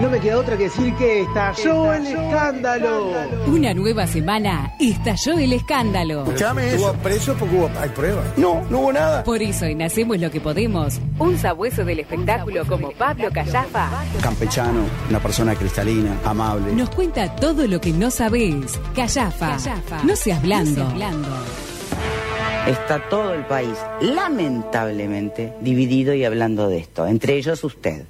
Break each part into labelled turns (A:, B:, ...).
A: no me queda otra que decir que estalló, el escándalo.
B: Una nueva semana estalló el escándalo.
C: Escuchame
D: Hubo
C: eso.
D: preso porque hubo, hay pruebas.
C: No, no hubo nada.
B: Por eso en Hacemos lo que podemos, un sabueso del espectáculo como Pablo Callafa
E: Campechano, una persona cristalina, amable.
B: nos cuenta todo lo que no sabés. Callafa, no seas blando.
F: Está todo el país, lamentablemente, dividido y hablando de esto. Entre ellos usted.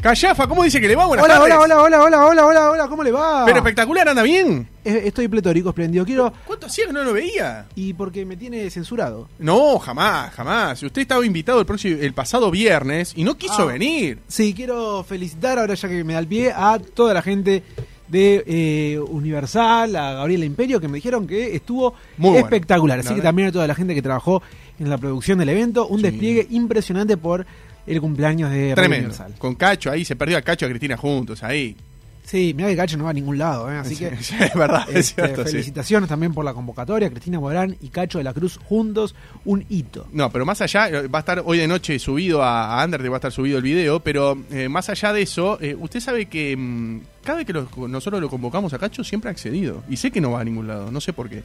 G: Callafa, ¿cómo dice que le va? Buenas
A: Hola,
G: tardes.
A: hola, hola, hola, hola, hola, hola, hola, ¿cómo le va?
G: Pero espectacular, anda bien.
A: Eh, Estoy pletórico, espléndido. Quiero.
G: ¿Cuánto hacía que no lo veía?
A: Y porque me tiene censurado.
G: No, jamás, jamás. Usted estaba invitado el, próximo, el pasado viernes y no
A: Ah.
G: quiso venir.
A: Sí, quiero felicitar ahora ya que me da el pie a toda la gente de eh, Universal, a Gabriela Imperio, que me dijeron que estuvo
G: Muy bueno.
A: espectacular.
G: La
A: Así que
G: verdad.
A: también a toda la gente que trabajó en la producción del evento, un despliegue impresionante por el cumpleaños de Radio
G: Tremendo.
A: Universal.
G: Con Cacho ahí, se perdió a Cacho y a Cristina juntos ahí.
A: Sí, mira que Cacho no va a ningún lado, ¿eh? así que
G: Sí, es verdad, Ah, es
A: este,
G: cierto, sí.
A: felicitaciones también por la convocatoria, Cristina Morán y Cacho de la Cruz juntos, un hito.
G: No, pero más allá, eh, va a estar hoy de noche subido a, a Undertale, va a estar subido el video, pero eh, más allá de eso, eh, usted sabe que mm, cada vez que lo- nosotros lo convocamos a Cacho siempre ha accedido. Y sé que no va a ningún lado, no sé por qué.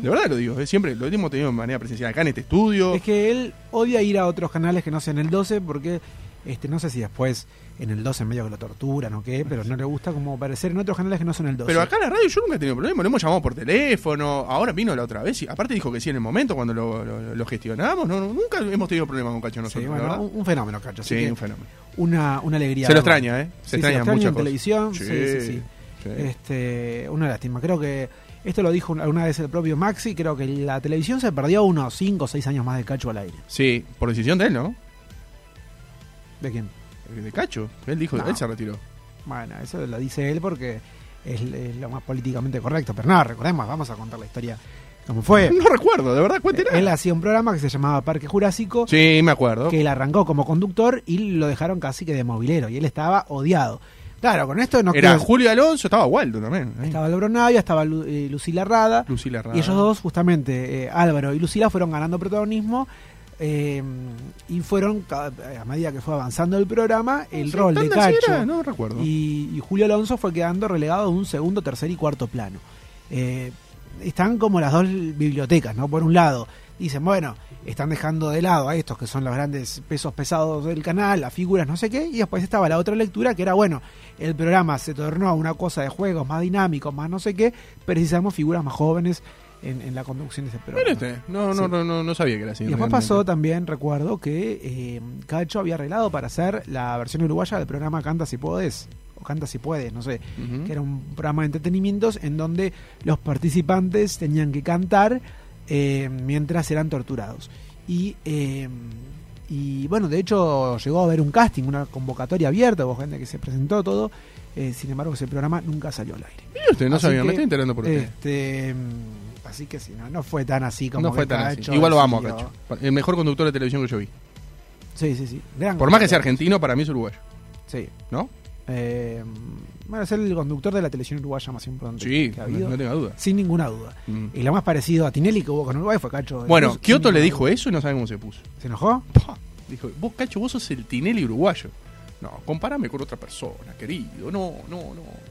G: De verdad lo digo, eh, siempre lo hemos tenido de manera presencial acá en este estudio.
A: Mm. Es que él odia ir a otros canales que no sean el 12 porque este no sé si después en el 12 medio que lo torturan o qué, pero no le gusta como aparecer en otros canales que no son el 12.
G: Ah, Pero acá en la radio yo nunca he tenido problema, lo hemos llamado por teléfono, ahora vino la otra vez y aparte dijo que sí en el momento cuando lo, lo- lo gestionamos, no, no, nunca hemos tenido problema con Cacho
A: Sí,
G: nosotros,
A: bueno,
G: la verdad.
A: un, un fenómeno, Cacho. así
G: Sí,
A: que
G: un fenómeno.
A: Una, una alegría.
G: Se lo
A: verlo.
G: extraña, ¿eh?
A: Sí,
G: Se
A: se
G: extraña
A: lo extraña
G: muchas
A: en
G: cosas.
A: televisión. Sí, sí, sí.
G: sí.
A: Este, una lástima. Creo que esto lo dijo alguna vez el propio Maxi. Creo que la televisión se perdió unos 5 o 6 años más de Cacho al aire.
G: Sí, por decisión de él, ¿no?
A: ¿De quién?
G: De Cacho, él dijo,
A: No.
G: él se retiró.
A: Bueno, eso lo dice él porque es, es lo más políticamente correcto. Pero no, recordemos, vamos a contar la historia como fue.
G: No recuerdo, de verdad, cuéntela.
A: Él hacía un programa que se llamaba Parque Jurásico,
G: Sí, me acuerdo.
A: que él arrancó como conductor y lo dejaron casi que de movilero, y él estaba odiado. Claro, con esto no
G: Era
A: quedó-
G: Julio Alonso, estaba Waldo también. ahí.
A: Estaba Álvaro Navia, estaba Lu- eh, Lucila Rada,
G: Lucila Rada.
A: y ellos dos, justamente, eh, Álvaro y Lucila, fueron ganando protagonismo. eh, y fueron, ca- a medida que fue avanzando el programa, el
G: Sí,
A: rol de
G: ¿tan así
A: Cacho
G: era? No recuerdo.
A: y, y Julio Alonso fue quedando relegado de un segundo, tercer y cuarto plano. Eh, están como las dos bibliotecas, ¿no? Por un lado, dicen, bueno, están dejando de lado a estos que son los grandes pesos pesados del canal, las figuras, no sé qué, y después estaba la otra lectura que era, bueno, el programa se tornó a una cosa de juegos más dinámicos, más no sé qué, precisamos figuras más jóvenes en, en la conducción de ese programa.
G: Mire usted, no, no,
A: Sí.
G: no, no, no sabía que era así.
A: Y después
G: realmente.
A: pasó también, recuerdo, que eh, Cacho había arreglado para hacer la versión uruguaya del programa Canta si podés, o Canta si puedes, no sé,
G: Ujú.
A: que era un programa de entretenimientos en donde los participantes tenían que cantar eh, mientras eran torturados. Y, eh, y bueno, de hecho llegó a haber un casting, una convocatoria abierta, hubo gente que se presentó todo, eh, sin embargo ese programa nunca salió al aire.
G: Mire usted, no
A: Así
G: sabía,
A: que,
G: me estoy enterando por usted.
A: Este, mm, así que sí, no, no fue tan así como
G: no fue
A: que
G: tan así.
A: Cacho
G: Igual lo amo a
A: decidió-
G: Cacho. El mejor conductor de televisión que yo vi.
A: Sí, sí, sí. Gran
G: Por más que sea
A: conductor.
G: argentino, para mí es uruguayo,
A: Sí.
G: ¿no?
A: Eh, bueno, es el conductor de la televisión uruguaya más importante
G: Sí,
A: que ha
G: no,
A: habido.
G: no tenga duda.
A: Sin ninguna duda.
G: Mm.
A: Y lo más parecido a Tinelli que hubo con Uruguay fue Cacho. de
G: Bueno,
A: Cruz, sin
G: Kioto le
A: ninguna
G: dijo
A: duda.
G: eso y no sabe cómo se puso.
A: ¿Se enojó?
G: Pa, Dijo, vos, Cacho, vos sos el Tinelli uruguayo. No, compárame con otra persona, querido. No, no, no.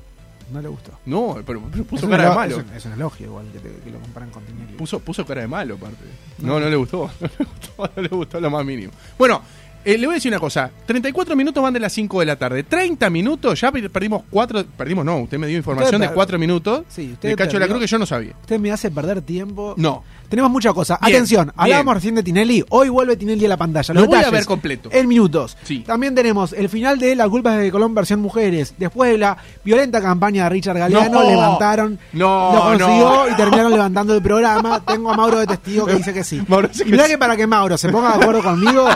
A: No le gustó.
G: No, pero, pero puso
A: un
G: cara de
A: elo-
G: malo.
A: Es un, es un elogio igual que, te- que lo comparan con Tinelli.
G: Puso, puso cara de malo, aparte. No, no le gustó. No le gustó, no le gustó lo más mínimo. Bueno, eh, le voy a decir una cosa. 34 minutos van de las 5 de la tarde. 30 minutos, ya per- perdimos 4. Perdimos, no. Usted me dio información
A: Usted
G: de
A: per-
G: 4 minutos.
A: Sí, usted
G: de Cacho de la
A: perdió.
G: Cruz que yo no sabía.
A: Usted me hace perder tiempo.
G: No.
A: Tenemos mucha cosa.
G: Bien,
A: Atención,
G: bien.
A: hablábamos recién de Tinelli. Hoy vuelve Tinelli a la pantalla. Los
G: Lo voy a
A: detalles
G: ver completo.
A: En minutos.
G: Sí.
A: También tenemos el final de La culpa es de Colón versión mujeres. Después de la violenta campaña de Richard Galeano,
G: No.
A: levantaron.
G: No,
A: Lo consiguió
G: no.
A: y terminaron levantando el programa. Tengo a Mauro de testigo que dice que sí.
G: Mauro dice
A: Y
G: que
A: mirá
G: sí.
A: que para que Mauro se ponga de acuerdo conmigo,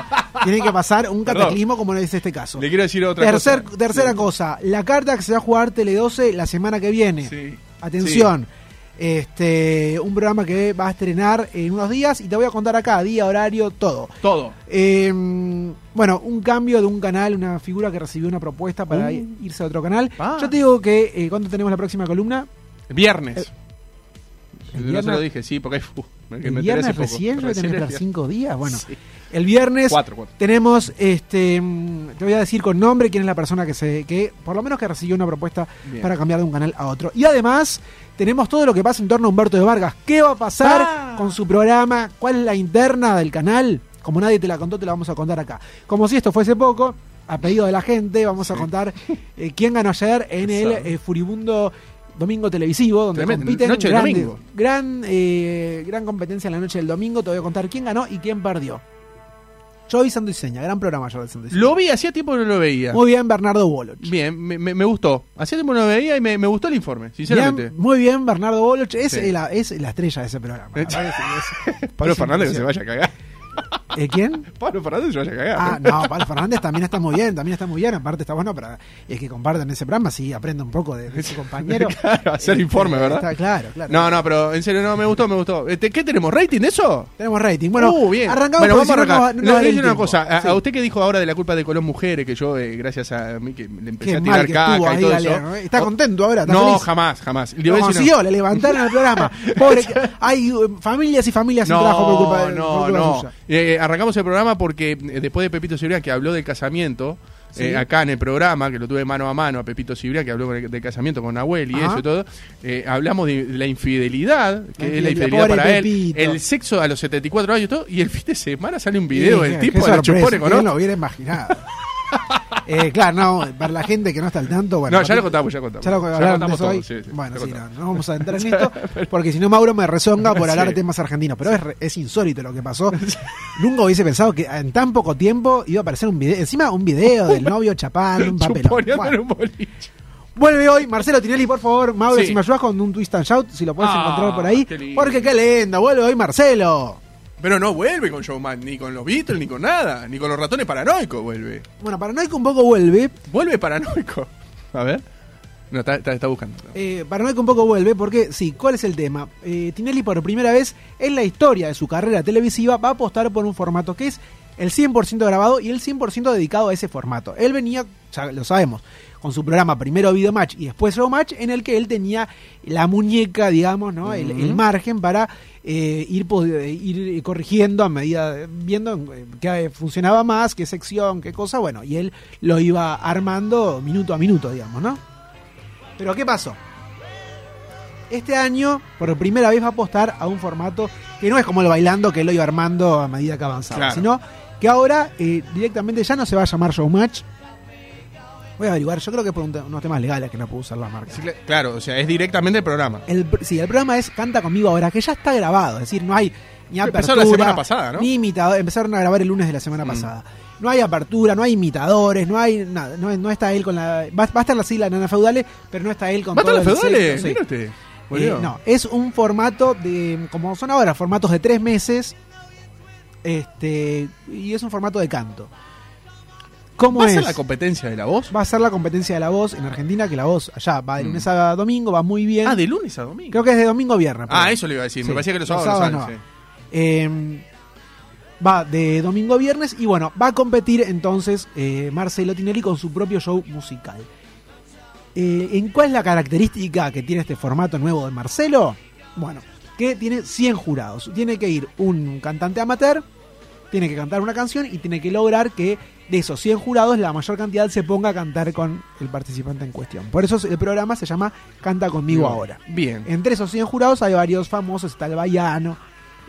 A: tiene que pasar un cataclismo como lo dice este caso.
G: Le quiero decir otra
A: Tercer-
G: cosa.
A: Tercera
G: Sí.
A: cosa, la carta que se va a jugar Tele 12 la semana que viene.
G: Sí.
A: Atención. Este, un programa que va a estrenar en unos días y te voy a contar acá, día, horario, todo.
G: Todo.
A: Eh, bueno, un cambio de un canal, una figura que recibió una propuesta para i- irse a otro canal.
G: Ah.
A: Yo te digo que eh, cuando tenemos la próxima columna,
G: Viernes.
A: Eh,
G: no
A: viernes-
G: se lo dije, sí, porque hay. fu- me- que
A: el
G: me enteré
A: viernes
G: hace poco.
A: recién, yo voy a
G: Recién
A: tener que
G: es
A: esperar
G: viernes.
A: cinco días. Bueno,
G: Sí.
A: El viernes
G: Cuatro, cuatro.
A: tenemos, este, mm, te voy a decir con nombre quién es la persona que se, que por lo menos que recibió una propuesta
G: Bien.
A: para cambiar de un canal a otro. Y además tenemos todo lo que pasa en torno a Humberto de Vargas. ¿Qué va a pasar con su programa? ¿Cuál es la interna del canal? Como nadie te la contó, te la vamos a contar acá. Como si esto fuese poco, a pedido de la gente, vamos a contar eh, quién ganó ayer en el
G: Exacto.
A: eh, furibundo domingo televisivo, donde
G: Tremendo.
A: compiten.
G: Noche de
A: Grande-
G: domingo.
A: Gran, eh, gran competencia en la noche del domingo. Te voy a contar quién ganó y quién perdió. Joey Sanduiseña, gran programa Joey Sanduiseña.
G: Lo vi, hacía tiempo que no lo veía.
A: Muy bien, Bernardo Boloch.
G: Bien, me, me- me gustó. Hacía tiempo que no lo veía y me, me gustó el informe, sinceramente.
A: Bien, muy bien, Bernardo Boloch. Es,
G: Sí.
A: la, es la estrella de ese programa. La verdad que sí, es-
G: Pablo
A: es
G: Fernández que se
A: impresionante.
G: vaya a cagar.
A: ¿Eh, ¿Quién?
G: Pablo Fernández que se vaya a cagar.
A: Ah, no, Pablo Fernández también está muy bien, también está muy bien. Aparte está bueno para el que compartan ese programa, sí, aprende un poco de, de su compañero.
G: Claro, hacer
A: Este,
G: informe, ¿verdad?
A: está claro, claro.
G: No, no, pero en serio, no, me gustó, me gustó. Este, ¿Qué tenemos? ¿Rating de eso?
A: Tenemos rating. Bueno,
G: Uh, bien.
A: arrancamos
G: bueno,
A: porque
G: vamos a
A: si no, no
G: arrancar.
A: va- no
G: Le
A: va a
G: voy a
A: dar el
G: decir una
A: tiempo.
G: cosa. A, a
A: Sí.
G: usted que dijo ahora de la culpa de Colón Mujeres, que yo, eh, gracias a mí, que le empecé
A: Qué
G: a
A: mal
G: tirar
A: que estuvo
G: caca y
A: ahí
G: todo
A: Galeno,
G: eso.
A: ¿eh? Está
G: O-
A: contento ahora, está
G: No,
A: feliz.
G: jamás, jamás. Le voy a
A: Lo
G: decir una-
A: consiguió, le levantaron el programa. Pobre, que- hay eh, familias y familias sin trabajo por culpa de por
G: no,
A: culpa
G: no.
A: suya.
G: Eh, arrancamos el programa porque eh, después de Pepito Cibrián, que habló del casamiento,
A: Sí.
G: eh, acá en el programa, que lo tuve mano a mano a Pepito Cibrián, que habló con el- del casamiento con Nahuel y
A: Ajá.
G: eso y todo, eh, hablamos de la infidelidad, que es
A: infidelidad,
G: la infidelidad
A: pobre
G: para
A: Pepito.
G: él, el sexo a los 74 años y todo, y el fin de semana sale un video
A: Sí,
G: del
A: qué
G: tipo de los
A: sorpresa,
G: chupones,
A: ¿quién
G: ¿no?
A: lo hubiera imaginado? Eh, claro, no, para la gente que no está al tanto, bueno.
G: No, ya lo
A: Pepito-
G: contamos, ya contamos.
A: Ya lo hablaron de
G: contamos
A: eso
G: todo,
A: hoy.
G: sí, sí,
A: bueno,
G: ya
A: sí, no,
G: contamos.
A: no vamos a entrar en esto, porque si no Mauro me rezonga por hablar de
G: Sí.
A: temas argentinos, pero es, re- es insólito lo que pasó. Nunca hubiese pensado que en tan poco tiempo iba a aparecer un video, encima un video del novio chapando un papel.
G: Chuponeando en un boliche.
A: Vuelve hoy Marcelo Tinelli, por favor, Mauro,
G: Sí.
A: si me ayudas con un twist and shout, si lo puedes
G: Ah,
A: encontrar por ahí.
G: qué lindo.
A: Porque qué lindo, vuelve hoy Marcelo.
G: Pero no vuelve con Showman, ni con los Beatles, ni con nada, ni con los ratones paranoicos vuelve.
A: Bueno, Paranoico un poco vuelve,
G: Vuelve paranoico. A ver. No, está, está- está buscando.
A: Eh, Paranoico un poco vuelve porque, sí, ¿cuál es el tema? Eh, Tinelli por primera vez en la historia de su carrera televisiva va a apostar por un formato que es el 100% grabado y el 100% dedicado a ese formato. Él venía, ya lo sabemos, con su programa primero Video Match y después Show Match en el que él tenía la muñeca, digamos, ¿no? el, el margen para eh, ir, pod- eh, ir corrigiendo a medida, viendo eh, qué funcionaba más, qué sección, qué cosa, bueno, y él lo iba armando minuto a minuto, digamos, ¿no? Pero ¿qué pasó? Este año, por primera vez, va a apostar a un formato que no es como el bailando que lo iba armando a medida que avanzaba,
G: Claro.
A: sino que ahora eh, directamente ya no se va a llamar Showmatch. Voy a averiguar, yo creo que es por un te- unos temas legales que no puedo usar la marca.
G: Sí, cla- claro, o sea, es directamente el programa.
A: El, pr- sí, el programa es Canta conmigo ahora, que ya está grabado, es decir, no hay ni apertura.
G: Empezó la semana pasada, ¿no?
A: Ni imitador, empezaron a grabar el lunes de la semana
G: Mm.
A: pasada. No hay apertura, no hay imitadores, no hay nada, no, no está él con la... Va, va a estar la sigla Nana Feudales, pero no está él con
G: ¿Va a estar
A: todo
G: los
A: el sexo,
G: feudales?
A: sí.
G: Mira usted.
A: Eh,
G: Volvió.
A: no, es un formato de, como son ahora, formatos de tres meses. Este, y es un formato de canto. ¿Cómo
G: ¿Va a
A: es?
G: ser la competencia de la voz?
A: va a ser la competencia de la voz en Argentina, que la voz allá
G: Mm.
A: va de lunes a domingo, va muy bien.
G: Ah, de lunes a domingo.
A: eh, Creo que es de domingo a viernes.
G: Ah,
A: perdón.
G: eso le iba a decir.
A: Sí,
G: Me parecía que los
A: los
G: sábados no
A: sábados
G: salen,
A: Eh, va de domingo a viernes y bueno, va a competir entonces eh, Marcelo Tinelli con su propio show musical. Eh, ¿En cuál es la característica que tiene este formato nuevo de Marcelo? Bueno, que tiene 100 jurados. Tiene que ir un cantante amateur, tiene que cantar una canción y tiene que lograr que de esos 100 jurados la mayor cantidad se ponga a cantar con el participante en cuestión. Por eso el programa se llama Canta
G: sí.
A: conmigo ahora. Eh,
G: Bien.
A: Entre esos 100 jurados hay varios famosos, está el Baiano,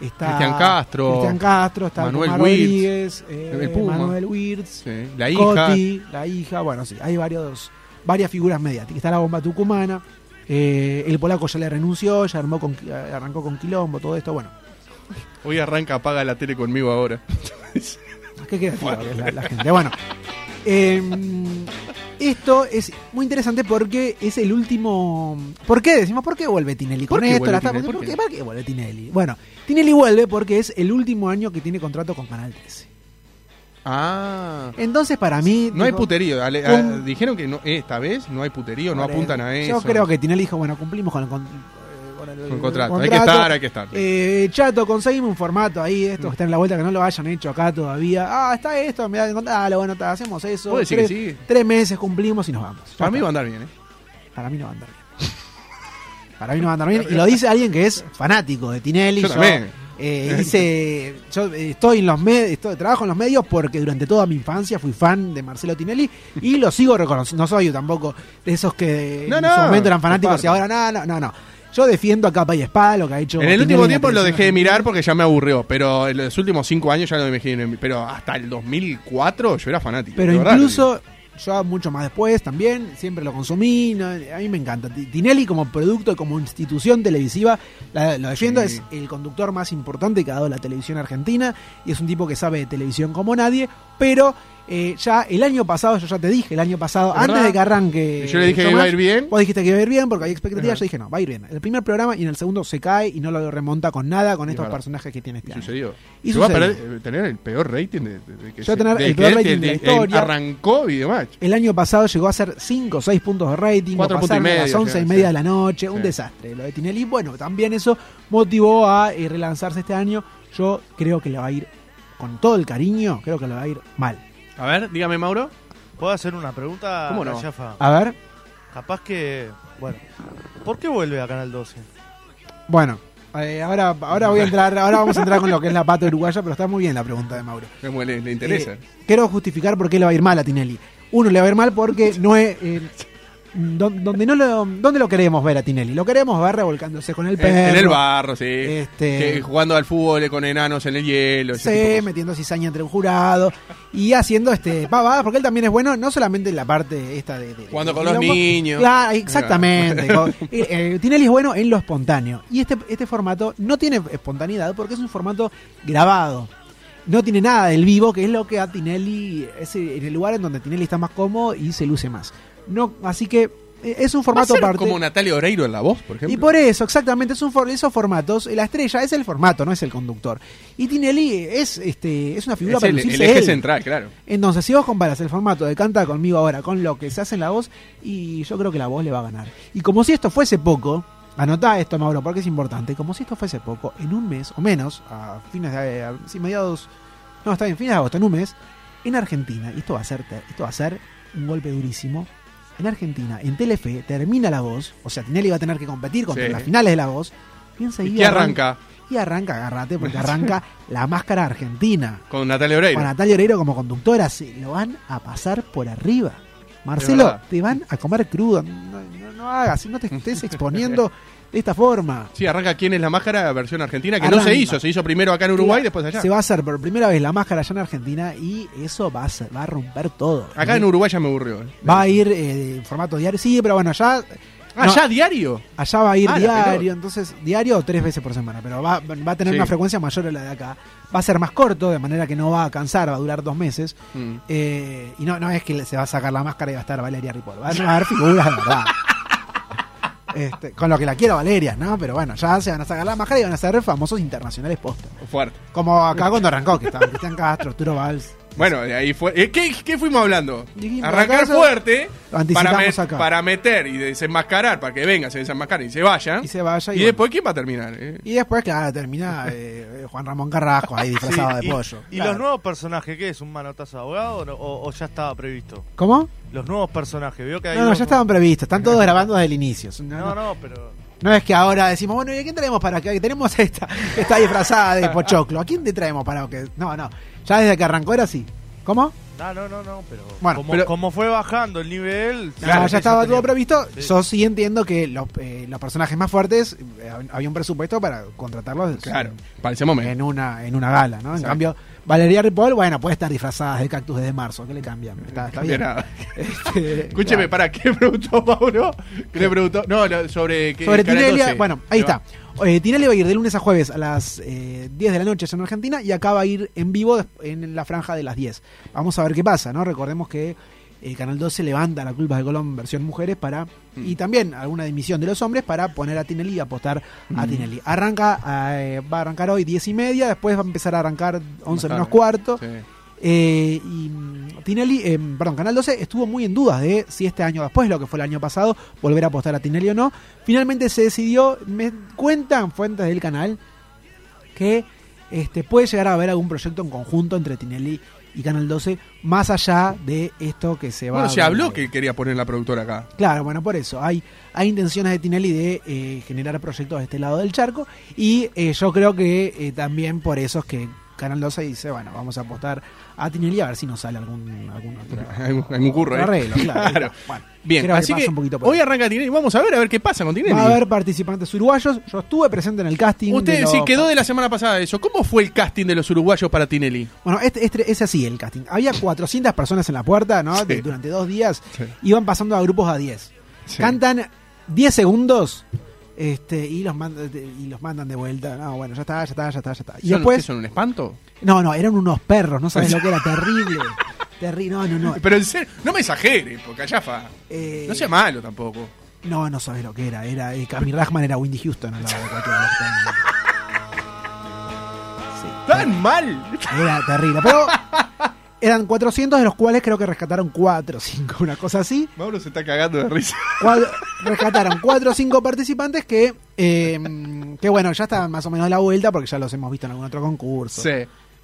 A: está
G: Cristian Castro,
A: Cristian Castro, está
G: Manuel
A: Manuel
G: Wirtz,
A: Rodríguez, eh,
G: el Puma.
A: Manuel Wirtz,
G: Sí, La hija.
A: Coti, la hija, bueno, sí, hay varios, varias figuras mediáticas, está la bomba tucumana, eh, el polaco ya le renunció, ya armó con, arrancó con quilombo, todo esto, bueno,
G: Hoy arranca, apaga la tele conmigo ahora.
A: Ah, ¿Qué creativa que es la, la gente? Bueno, eh, esto es muy interesante porque es el último. ¿Por qué decimos? ¿Por qué vuelve Tinelli
G: ¿Por
A: con
G: qué
A: esto?
G: vuelve
A: la está-
G: Tinelli?
A: ¿por,
G: ¿Por
A: qué,
G: qué?
A: ¿Para qué vuelve Tinelli? Bueno, Tinelli vuelve porque es el último año que tiene contrato con Canal 13.
G: Ah.
A: Entonces, para mí.
G: No hay
A: digo,
G: puterío. Ale- a-
A: un-
G: dijeron que no, eh, esta vez no hay puterío, no
A: por el-
G: apuntan a
A: Yo
G: eso.
A: creo que Tinelli dijo, bueno, cumplimos con el, con- eh, con el
G: Con contrato. Hay que estar, hay que estar. Mm.
A: Eh, chato, conseguime un formato ahí de estos que están en la vuelta que no lo hayan hecho acá todavía. Ah, está esto, me da contalo, bueno, está, hacemos eso.
G: ¿Vos decís
A: Tres-
G: que sí?
A: Tres meses cumplimos y nos vamos. Ya
G: Para mí
A: está.
G: va a andar bien, ¿eh?
A: Para mí no va a andar bien. Para mí no va a andar bien. Y lo dice alguien que es fanático de Tinelli.
G: Yo también.
A: Eh, hice, yo eh, estoy en los medios, trabajo en los medios porque durante toda mi infancia fui fan de Marcelo Tinelli y lo sigo reconociendo. No soy tampoco de esos que
G: No,
A: en
G: no,
A: su momento eran fanáticos y
G: comparto.
A: ahora no, no, no, no. Yo defiendo a capa y espada lo que ha hecho.
G: En el
A: Tinelli
G: último
A: la
G: tiempo lo
A: televisión
G: dejé de
A: argentina.
G: mirar porque ya me aburrió, pero en los últimos cinco años ya no me imagino. Pero hasta el 2004 yo era fanático.
A: Pero
G: de verdad,
A: incluso yo mucho más después también, siempre lo consumí, no, a mí me encanta. Ti- Tinelli como producto, como institución televisiva, la- lo defiendo,
G: Sí.
A: es el conductor más importante que ha dado la televisión argentina y es un tipo que sabe de televisión como nadie, pero... eh, ya el año pasado, yo ya te dije, el año pasado,
G: ¿Es
A: antes
G: verdad?
A: de que arranque.
G: Yo le dije que iba a ir bien.
A: Vos dijiste que iba a ir bien porque había expectativas.
G: Ajá.
A: Yo dije, no, va a ir bien. El primer programa y en el segundo se cae y no lo remonta con nada con
G: Es
A: estos
G: verdad.
A: personajes que tiene
G: Y
A: este año.
G: sucedió.
A: Y
G: Se va a
A: sucedió.
G: perder- eh, tener el peor rating de, de- de que
A: Se va a tener
G: de
A: el
G: que
A: peor
G: él-
A: rating de la
G: él
A: historia.
G: Arrancó videomatch.
A: El año pasado llegó a ser 5 o 6 puntos de rating,
G: Cuatro
A: lo
G: puntos y
A: pasaron a las
G: medio,
A: 11 y
G: sí,
A: media
G: sí.
A: de la noche, un
G: Sí.
A: desastre lo de Tinelli. Bueno, también eso motivó a eh, relanzarse este año. Yo creo que le va a ir, con todo el cariño, creo que le va a ir mal.
G: A ver, dígame, Mauro.
C: ¿Puedo hacer una pregunta?
G: ¿Cómo no?
C: Rayafa?
A: A ver,
C: Capaz que. Bueno, ¿por qué vuelve a Canal 12?
A: bueno, eh, ahora, ahora voy a entrar, ahora vamos a entrar con lo que es la pata uruguaya, pero está muy bien la pregunta de Mauro.
G: Como le, le interesa.
A: Eh, quiero justificar por qué le va a ir mal a Tinelli. Uno, le va a ir mal porque no es. eh, don- donde no lo, ¿Dónde lo queremos ver a Tinelli? Lo queremos ver revolcándose con el
G: En-
A: perro.
G: en el barro, sí.
A: Este-
G: Que jugando al fútbol con enanos en el hielo. ese tipo de
A: Sí,
G: cosas.
A: metiendo cizaña entre un jurado y haciendo este pavadas, porque él también es bueno, no solamente en la parte esta de. de-
G: Jugando
A: de
G: con los
A: quilombo.
G: niños.
A: Claro, exactamente. Con- eh, eh, Tinelli es bueno en lo espontáneo. Y este, este formato no tiene espontaneidad porque es un formato grabado. No tiene nada del vivo, que es lo que a Tinelli es eh, en el lugar en donde Tinelli está más cómodo y se luce más. No, así que eh, es un
G: Va a
A: formato
G: ser
A: parte.
G: como Natalia Oreiro en la voz, por ejemplo.
A: Y por eso, exactamente, es un for- esos formatos, la estrella es el formato, no es el conductor. Y Tinelli es este es una figura
G: es
A: para
G: el, el
A: lucirse
G: eje
A: él.
G: central, claro.
A: Entonces, si vos comparas el formato de Canta conmigo ahora con lo que se hace en la voz, y yo creo que la voz le va a ganar. Y como si esto fuese poco, anotá esto, Mauro, porque es importante, como si esto fuese poco, en un mes o menos, a fines de a- sí, mediados, no, está bien, fines de agosto, en un mes, en Argentina, y esto va a ser, ter- esto va a ser un golpe durísimo. En Argentina, en Telefe, termina la voz, o sea, Tinelli va a tener que competir contra
G: Sí.
A: las finales de la voz. Piensa
G: ¿Y
A: ahí,
G: qué arranca?
A: Y arranca, agárrate, porque arranca la máscara argentina
G: Con Natalia Oreiro.
A: con Natalia Oreiro como conductora, se lo van a pasar por arriba.
G: De
A: Marcelo,
G: verdad.
A: te van a comer crudo. No, no- no hagas, no te estés exponiendo de esta forma.
G: Sí, arranca ¿Quién es la máscara? Versión argentina, que no
A: Arranca.
G: se hizo. Se hizo primero acá en Uruguay, después allá.
A: Se va a hacer por primera vez la máscara allá en Argentina y eso va a, ser- va a romper todo.
G: Acá en Uruguay ya me aburrió. eh.
A: Va a ir eh, en formato diario. Sí, pero bueno, allá,
G: Ah,
A: no.
G: ya diario.
A: allá va a ir
G: Ah, la pelota.
A: diario. Entonces, diario o tres veces por semana. Pero va, va a tener
G: Sí.
A: una frecuencia mayor a la de acá. Va a ser más corto, de manera que no va a cansar, va a durar dos meses.
G: Mm.
A: Eh, y no, no es que se va a sacar la máscara y va a estar Valeria Ripoll. Va a no va a haber figuras de verdad. Este, con lo que la quiera Valeria, ¿no? Pero bueno, ya se van a sacar la máscara y van a ser famosos internacionales posta.
G: Fuerte.
A: Como acá cuando arrancó, que estaban Cristian Castro, Arturo Valls.
G: Bueno, de ahí fue. eh, ¿Qué, qué fuimos hablando?
A: Dijimos,
G: Arrancar
A: ¿acaso?
G: fuerte
A: Lo anticipamos
G: para, met-
A: acá.
G: para meter y desenmascarar, para que venga, se desenmascare y se vaya.
A: Y se vaya
G: Y,
A: y bueno.
G: después, ¿quién va a terminar? eh?
A: Y después, claro, termina eh, Juan Ramón Carrasco ahí disfrazado
C: Sí,
A: de
C: y,
A: pollo.
C: ¿Y
A: Claro.
C: los nuevos personajes qué es? ¿Un manotazo de abogado o, no- o- o ya estaba previsto?
A: ¿Cómo?
C: Los nuevos personajes, veo que hay.
A: No, no,
C: unos-
A: ya estaban previstos. Están todos grabando desde el inicio. No, no,
C: No, no, pero.
A: No es que ahora decimos, bueno, ¿y a quién traemos para que tenemos esta que está disfrazada de pochoclo? ¿A quién te traemos para que.? No, no. Ya desde que arrancó era así. ¿Cómo?
C: No, no, no, no, pero.
A: Bueno,
C: como,
G: pero-
C: como fue bajando el nivel.
A: No,
C: claro,
A: ya estaba
C: tenía-
A: todo previsto.
C: Sí.
A: Yo sí entiendo que los, eh, los personajes más fuertes eh, hab- había un presupuesto para contratarlos
G: Claro,
A: en-
G: para ese
A: en,
G: momento.
A: una en una gala, ¿no? En cambio, Valeria Ripoll, bueno, puede estar disfrazada de cactus desde marzo. ¿Qué le cambian? Está, está bien.
G: Mira,
A: Este,
G: Escúcheme,
A: claro.
G: ¿para qué preguntó Mauro? ¿Qué le preguntó? No, lo- sobre. que-
A: Sobre
G: Canal
A: Tinelli,
G: 12.
A: bueno, ahí
G: Se va.
A: está. Eh, Tinelli va a ir de lunes a jueves a las eh, 10 de la noche allá en Argentina y acá va a ir en vivo des- en la franja de las 10. Vamos a ver qué pasa, ¿no? Recordemos que eh, Canal 12 levanta la culpa de Colón versión mujeres para
G: Mm.
A: y también alguna dimisión de los hombres para poner a Tinelli y apostar
G: Mm.
A: a Tinelli. Arranca, eh, va a arrancar hoy 10 y media, después va a empezar a arrancar 11
G: Más
A: menos
G: tarde.
A: cuarto.
G: Sí.
A: Eh, y mm, Tinelli, eh, perdón, Canal 12 estuvo muy en dudas de si este año después, lo que fue el año pasado, volver a apostar a Tinelli o no. Finalmente se decidió, me cuentan fuentes del canal, que este, puede llegar a haber algún proyecto en conjunto entre Tinelli y Canal 12, más allá de esto que se va
G: Bueno,
A: a
G: se habló
A: vender.
G: que quería poner la productora acá.
A: Claro, bueno, por eso. Hay, hay intenciones de Tinelli de eh, generar proyectos de este lado del charco. Y eh, yo creo que eh, también por eso es que Canal 12 dice, bueno, vamos a apostar a Tinelli a ver si nos sale algún, algún otro
G: Algún- algún curro, ¿eh?
A: arreglo. Claro.
G: Claro.
A: Bueno,
G: Bien,
A: creo
G: así
A: pasa
G: que
A: un poquito por
G: hoy
A: ahí.
G: arranca Tinelli. Vamos a ver a ver qué pasa con Tinelli.
A: Va a haber participantes uruguayos. Yo estuve presente en el casting. de
G: Usted
A: los-
G: sí quedó de la semana pasada eso. ¿Cómo fue el casting de los uruguayos para Tinelli?
A: Bueno, este, este- es así el casting. Había 400 personas en la puerta, ¿no?
G: Sí.
A: De- durante dos días.
G: Sí.
A: Iban pasando a grupos a 10.
G: Sí.
A: Cantan 10 segundos este, y, los mandan, y los mandan de vuelta. No, bueno, ya está, ya está, ya está, ya está. Y
G: ¿Son-
A: después...
G: qué ¿Son un espanto?
A: No, no, eran unos perros, no sabes lo que era, terrible. Terrible, no, no, no.
G: Pero en serio, no me exagere, porque allá fa.
A: Eh,
G: No sea malo tampoco.
A: No, no sabes lo que era. Era eh, Camille Rahman era Windy Houston al lado de cualquiera de los tenis. Sí.
G: ¡Tan mal!
A: Era terrible. Pero eran 400, de los cuales creo que rescataron 4 o 5, una cosa así.
G: Mauro se está cagando de risa.
A: Cuad- rescataron 4 o 5 participantes que, eh, que, bueno, ya estaban más o menos a la vuelta porque ya los hemos visto en algún otro concurso.
G: Sí.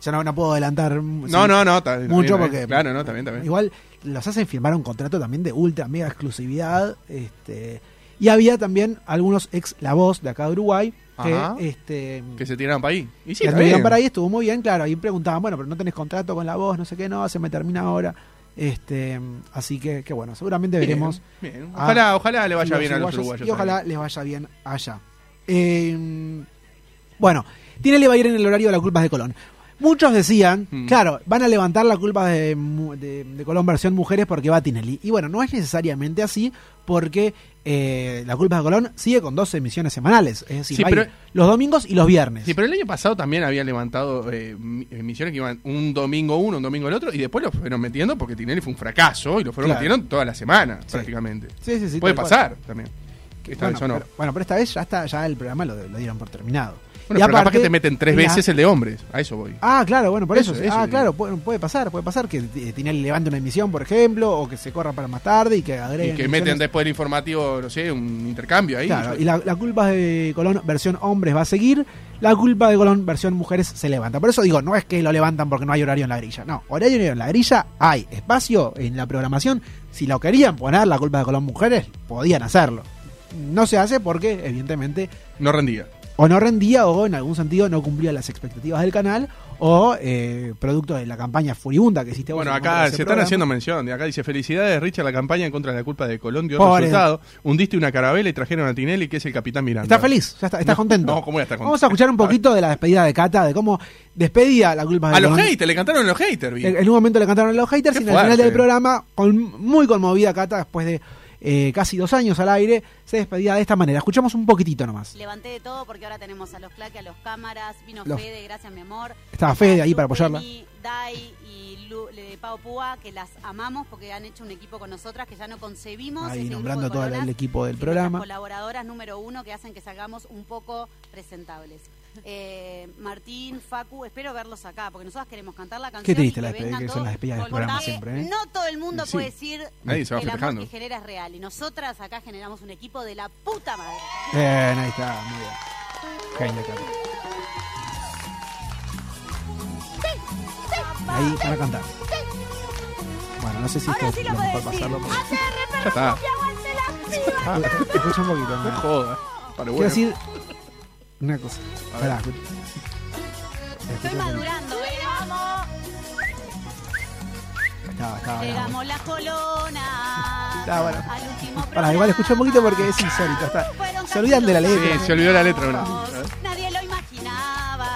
A: Ya no, no puedo adelantar mm,
G: No,
A: sí,
G: no, no, está bien,
A: mucho
G: está bien,
A: porque.
G: claro, no, está bien, está bien.
A: Igual los hacen firmar un contrato también de ultra mega exclusividad. Este, y había también algunos ex La Voz de acá de Uruguay que,
G: Ajá.
A: este,
G: Que se tiraron para ahí. Y sí,
A: la
G: está
A: tuvieron
G: bien.
A: para ahí, estuvo muy bien, claro. Ahí preguntaban, bueno, pero no tenés contrato con la voz, no sé qué, no, se me termina ahora. Este, así que, que bueno, seguramente
G: Bien,
A: veremos. Ah,
G: bien.
A: a
G: Ojalá, ojalá le vaya
A: los
G: bien a los
A: uruguayos
G: uruguayos.
A: Y ojalá les vaya bien allá. Eh, bueno, Tinelli va a ir en el horario de las culpas de Colón. Muchos decían,
G: Mm.
A: claro, van a levantar la culpa de, mu- de- de Colón versión mujeres porque va Tinelli. Y bueno, no es necesariamente así porque eh, la culpa de Colón sigue con dos emisiones semanales. Es decir,
G: Sí,
A: va a
G: pero-
A: ir los domingos y los viernes.
G: Sí, pero el año pasado también habían levantado eh, mi- emisiones que iban un domingo uno, un domingo el otro, y después lo fueron metiendo porque Tinelli fue un fracaso y lo fueron
A: Claro.
G: metiendo toda la semana,
A: Sí.
G: prácticamente.
A: Sí, sí, sí,
G: Puede
A: tal cual.
G: pasar también. Esta
A: bueno,
G: vez o no.
A: Pero, bueno, pero esta vez ya está, ya el programa lo, lo dieron por terminado.
G: Bueno,
A: Y
G: pero capaz
A: aparte,
G: que te meten tres
A: la-
G: veces el de hombres. A eso voy.
A: Ah, claro, bueno, por eso.
G: Eso,
A: sí.
G: eso
A: ah,
G: digo.
A: claro, puede, puede pasar, puede pasar que eh, Tinelli levante una emisión, por ejemplo, o que se corra para más tarde y que agreguen.
G: y que
A: emisiones.
G: meten después el informativo, no sé, un intercambio ahí.
A: Claro, y la, la culpa de Colón versión hombres va a seguir, la culpa de Colón versión mujeres se levanta. Por eso digo, no es que lo levantan porque no hay horario en la grilla. No, horario en la grilla hay espacio en la programación. Si lo querían poner, la culpa de Colón mujeres, podían hacerlo. No se hace porque, evidentemente,
G: No rendía.
A: o no rendía o en algún sentido no cumplía las expectativas del canal o eh, producto de la campaña furibunda que hiciste vos
G: Bueno,
A: en contra de
G: acá
A: ese
G: se están
A: programa.
G: haciendo mención. De acá dice: Felicidades, Richard. La campaña en contra de la culpa de Colón dio
A: Pobre.
G: resultado. Hundiste una carabela y trajeron a Tinelli, que es el capitán Miranda.
A: Está feliz, ya está, está
G: No,
A: contento.
G: no, ¿cómo voy a estar contento?
A: Vamos a escuchar un poquito de la despedida de Cata, de cómo despedía la culpa de
G: A los
A: Colón.
G: haters, le cantaron a los haters. vi.
A: En en un momento le cantaron a los haters
G: Qué
A: y en el final
G: fuerte.
A: del programa, con, muy conmovida Cata, después de eh, casi dos años al aire, se despedía de esta manera. Escuchamos un poquitito nomás.
D: Levanté de todo porque ahora tenemos a los claques, a los cámaras, vino
A: Los-
D: Fede, gracias mi amor.
A: Estaba Fede ahí para
D: Lu,
A: apoyarla.
D: Penny, Dai y Lu- le- Pau Púa, que las amamos porque han hecho un equipo con nosotras que ya no concebimos.
A: Ahí
D: ese grupo
A: nombrando
D: de
A: todo
D: coloras,
A: el equipo del
D: y
A: programa.
D: nuestras colaboradoras número uno que hacen que salgamos un poco presentables. Eh, Martín, Facu, espero verlos acá porque nosotras queremos cantar la canción.
A: triste
D: y
A: la
D: que
A: despedida,
D: vengan
A: que son
D: todos
A: las despedidas del
D: con-
A: programa
D: porque
A: siempre, ¿eh?
D: No todo el mundo
G: Sí.
D: puede decir
G: Nadie se va
D: que el amor
G: festejando.
D: que genera es real y nosotras acá generamos un equipo de la puta madre.
A: Bien, ahí está, muy bien. Genio, Cata. Ahí para cantar. Bueno, no sé si esto
D: Ahora sí
A: es
D: lo
A: lo
D: puedo
A: mejor
D: decir.
A: pasarlo. porque- Ah,
G: Ya está. Ah,
A: Escucha un poquito.
G: No
A: ¿no?
G: joda. Pero
A: Quiero
G: bueno.
A: decir una cosa. Pará, escucha.
D: Estoy
A: Escucha,
D: madurando, ¿eh? Vamos.
A: Estaba, estaba bravo.
D: Llegamos las colonas.
A: Está Ah, bueno.
D: Al último
A: Pará, igual escucha un poquito porque es insólito. Está.
D: Fueron
A: Se olvidan de la
D: casi dos
A: letra.
G: Sí, se olvidó la letra,
D: años.
G: bueno.
D: Nadie lo imaginaba.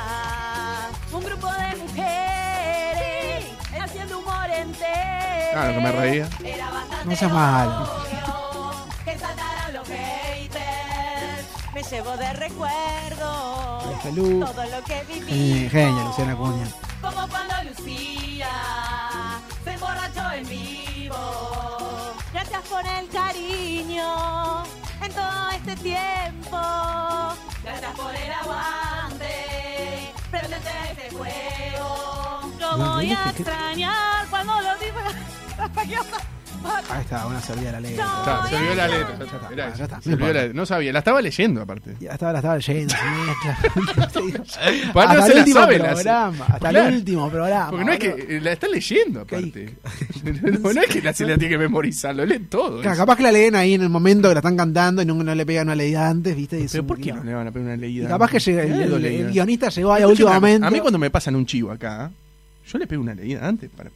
D: Un grupo de mujeres haciendo humor entero.
G: Claro, que me reía.
D: Era bastante
A: No seas malo.
D: obvio Que saltaran los haters. Me llevo de recuerdo.
A: Ahí está Lu.
D: Todo lo que viví.
A: Eh, Genio, Luciana Acuña.
D: Como cuando Lucía se emborrachó en vivo. Gracias por el cariño en todo este tiempo. Gracias por el aguante. Prendete este juego. Lo
A: No,
D: voy
A: mira
D: a
A: que-
D: extrañar cuando lo diga.
A: Ahí está, una servía la ley.
G: Está, se olvidó la letra. ya está,
A: Ya
G: mirá,
A: está, ya está,
G: se
A: no
G: olvidó la
A: importa.
G: letra. No sabía, la estaba leyendo aparte.
A: Ya estaba, la estaba leyendo. sí, claro. Te digo.
G: Para no
A: hasta
G: se
A: el
G: la
A: último
G: sabe, la-
A: programa. Hasta
G: Claro.
A: el último programa.
G: Porque no es que
A: boludo.
G: eh, la está leyendo aparte. No, no es que la, se la tiene que memorizar, lo leen todo.
A: Claro, capaz que la leen ahí en el momento que la están cantando y no, no le pegan una leída antes, ¿viste? Y
G: Pero
A: dicen,
G: ¿por qué no le van a pegar una
A: Y
G: leída?
A: capaz que llega, el,
G: Claro,
A: el-
G: leída.
A: el guionista llegó ahí a
G: Escuchame,
A: último momento.
G: A mí cuando me pasan un chivo acá, yo le pego una leída antes para,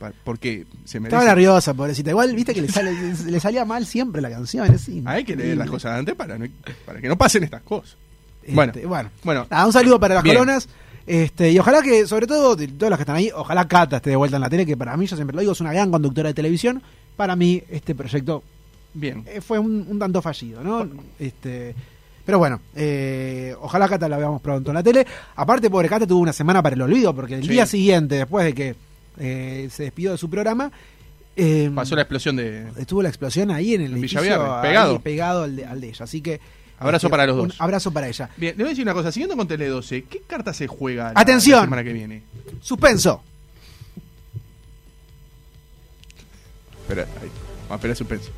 G: para- porque se me
A: Estaba nerviosa, pobrecita. Igual, viste que le, sale, le salía mal siempre la canción. Es
G: Hay que leer
A: increíble.
G: las cosas antes para, no- para que no pasen estas cosas.
A: Este,
G: bueno,
A: bueno.
G: bueno.
A: Nada, un saludo para las
G: Bien.
A: colonas. Este, y ojalá que, sobre todo, de todos los que están ahí, ojalá Cata esté de vuelta en la tele, que para mí, yo siempre lo digo, es una gran conductora de televisión. Para mí, este proyecto
G: Bien.
A: eh, fue un, un tanto fallido, ¿no? Este, pero bueno, eh, ojalá Cata la veamos pronto en la tele. Aparte, pobre Cata tuvo una semana para el olvido, porque el
G: Sí.
A: día siguiente, después de que eh, se despidió de su programa, eh,
G: Pasó la explosión de.
A: estuvo la explosión ahí en el
G: En
A: edificio,
G: Villaverde,
A: ahí
G: pegado.
A: pegado al, de, al de ella. Así que este,
G: Abrazo para los dos.
A: Un abrazo para ella.
G: Bien, le voy a decir una cosa. Siguiendo con Tele 12, ¿qué carta se juega la,
A: Atención.
G: la semana que viene?
A: Suspenso.
G: Espera, ahí. Ah, espera, suspenso.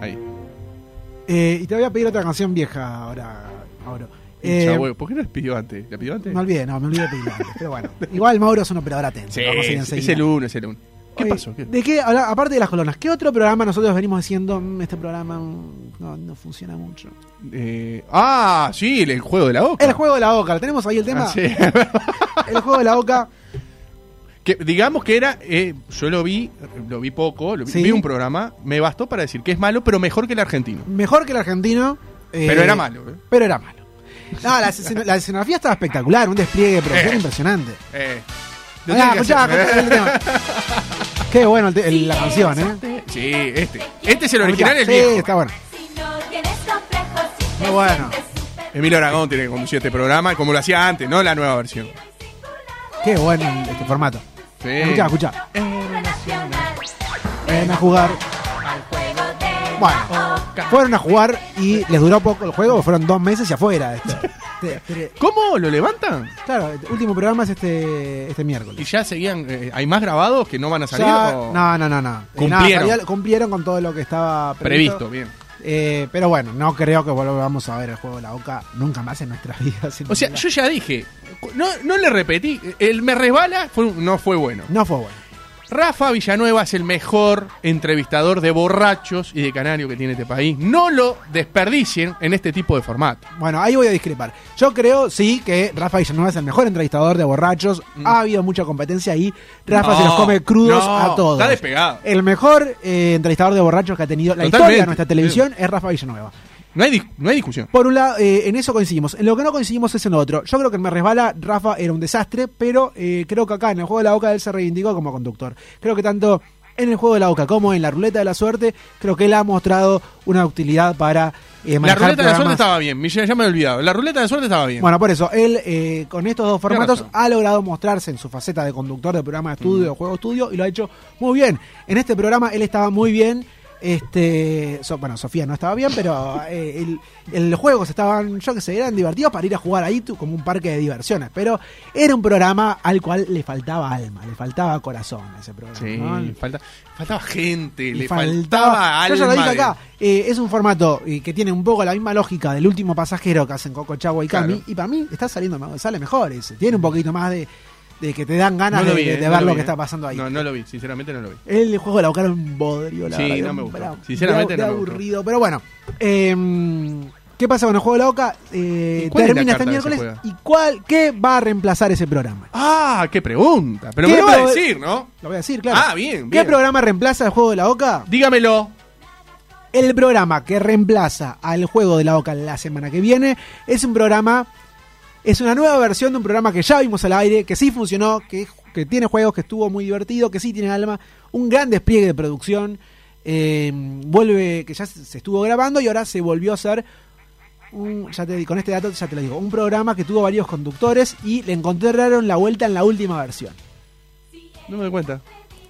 G: Ahí.
A: Eh, y te voy a pedir otra canción vieja ahora, Mauro. Eh,
G: Hincha huevo. ¿Por qué no la pidió antes? ¿La pidió antes?
A: me olvidé, no, me olvidé de pedirla antes, Pero bueno, igual Mauro es un operador atento.
G: Sí,
A: vamos a ir
G: es,
A: enseguida.
G: es el uno, es el uno. ¿Qué
A: Oye,
G: pasó? ¿Qué-
A: ¿De qué? habla- Aparte de las colonias, ¿qué otro programa nosotros venimos diciendo? "Mm, este programa mm, no, no funciona mucho.
G: eh, ah, sí, el, el juego de la boca.
A: El juego de la boca, tenemos ahí el tema.
G: Ah, sí.
A: El juego de la boca.
G: Que, digamos que era, eh, yo lo vi, lo vi poco, lo vi,
A: Sí.
G: vi un programa, me bastó para decir que es malo, pero mejor que el argentino.
A: Mejor que el argentino. eh,
G: Pero era malo. ¿eh?
A: Pero era malo. No, la, escena- la escenografía estaba espectacular, un despliegue de producción impresionante.
G: Eh, lo
A: Pará,
G: tiene que
A: escuchá,
G: hacer. ¿eh?
A: escuchá el tema. Qué bueno el te- el- la canción, ¿eh?
G: Sí, este. Este es el original,
A: Escuchá,
G: el
A: sí,
G: viejo.
A: está bueno. Muy bueno.
G: Emilio Aragón tiene que conducir este programa, como lo hacía antes, no la nueva versión.
A: Qué bueno el- este formato.
G: Sí.
A: Escuchá, escuchá. ¿eh? Ven a jugar. Bueno, fueron a jugar y les duró poco el juego, fueron dos meses y afuera. esto. Te- te-
G: ¿Cómo? ¿Lo levantan?
A: Claro, el último programa es este, este
G: ¿Y
A: miércoles.
G: ya seguían? eh, ¿Hay más grabados que no van a salir?
A: Ya-
G: o-
A: no, no, no, no. Eh,
G: Cumplieron.
A: nada, cumplieron con todo lo que estaba previsto.
G: Previsto, bien.
A: Eh, pero bueno, no creo que volvamos a ver el juego de la boca nunca más en nuestras vidas. en
G: O sea,
A: realidad.
G: yo ya dije, no, no le repetí, el me resbala fue un- no fue bueno.
A: No fue bueno.
G: Rafa Villanueva es el mejor entrevistador de borrachos y de canario que tiene este país. No lo desperdicien en este tipo de formato.
A: Bueno, ahí voy a discrepar. Yo creo, sí, que Rafa Villanueva es el mejor entrevistador de borrachos. Ha habido mucha competencia ahí. Rafa
G: Mm. No,
A: se los come crudos
G: no,
A: a todos.
G: está despegado.
A: El mejor eh, entrevistador de borrachos que ha tenido la historia
G: Totalmente,
A: de nuestra televisión es Rafa Villanueva.
G: No hay, dis- no hay discusión.
A: Por un lado, eh, en eso coincidimos. En lo que no coincidimos es en lo otro. Yo creo que en Me Resbala Rafa era un desastre, pero eh, creo que acá en el juego de la boca él se reivindicó como conductor. Creo que tanto en el juego de la boca como en la ruleta de la suerte, creo que él ha mostrado una utilidad para eh,
G: La
A: manejar
G: ruleta de la suerte
A: programas.
G: estaba bien, Michelle, ya me he olvidado. La ruleta de la suerte estaba bien.
A: Bueno, por eso, él eh, con estos dos formatos
G: razón. Mm.
A: ha logrado mostrarse en su faceta de conductor de programa de estudio, de juego estudio, y lo ha hecho muy bien. En este programa él estaba muy bien. Este, so- bueno, Sofía no estaba bien, pero eh, el, el juego se estaban, yo que sé, eran divertidos para ir a jugar ahí tu- como un parque de diversiones. Pero era un programa al cual le faltaba alma, le faltaba corazón a ese programa.
G: Sí,
A: ¿no?
G: falta- faltaba gente,
A: Y
G: le faltaba, algo.
A: Yo ya lo dije acá. eh, es un formato eh, que tiene un poco la misma lógica del último pasajero que hacen Coco Chagua y Cami.
G: Claro.
A: Y para mí está saliendo me- sale mejor ese. Tiene un poquito más de, de que te dan ganas
G: No lo
A: de,
G: vi,
A: de-
G: eh,
A: de
G: no
A: ver
G: lo
A: lo,
G: vi,
A: que
G: eh.
A: está pasando ahí.
G: No, no lo vi, sinceramente no lo vi.
A: El juego la buscaron un bodrio, la
G: Sí,
A: verdad,
G: no me
A: un-
G: gustó.
A: era un-
G: Sinceramente
A: de-
G: no
A: de
G: me gustó.
A: aburrido. Pero bueno, eh, ¿qué pasa con el juego de la Oca? Eh,
G: ¿Y cuál es la
A: termina
G: carta
A: este
G: que se
A: miércoles.
G: juega?
A: ¿Y cuál, qué va a reemplazar ese programa?
G: Ah, qué pregunta. Pero
A: ¿Qué
G: me lo va a
A: pro-
G: decir, ¿no?
A: Lo voy a decir, claro.
G: Ah, bien,
A: ¿Qué
G: bien.
A: programa reemplaza el juego de la Oca?
G: Dígamelo.
A: El programa que reemplaza al juego de la Oca la semana que viene es un programa, es una nueva versión de un programa que ya vimos al aire, que sí funcionó, que, que tiene juegos, que estuvo muy divertido, que sí tiene alma, un gran despliegue de producción, eh, vuelve, que ya se se estuvo grabando y ahora se volvió a hacer un- ya te, con este dato ya te lo digo, un programa que tuvo varios conductores y le encontraron la vuelta en la última versión.
G: No me doy cuenta.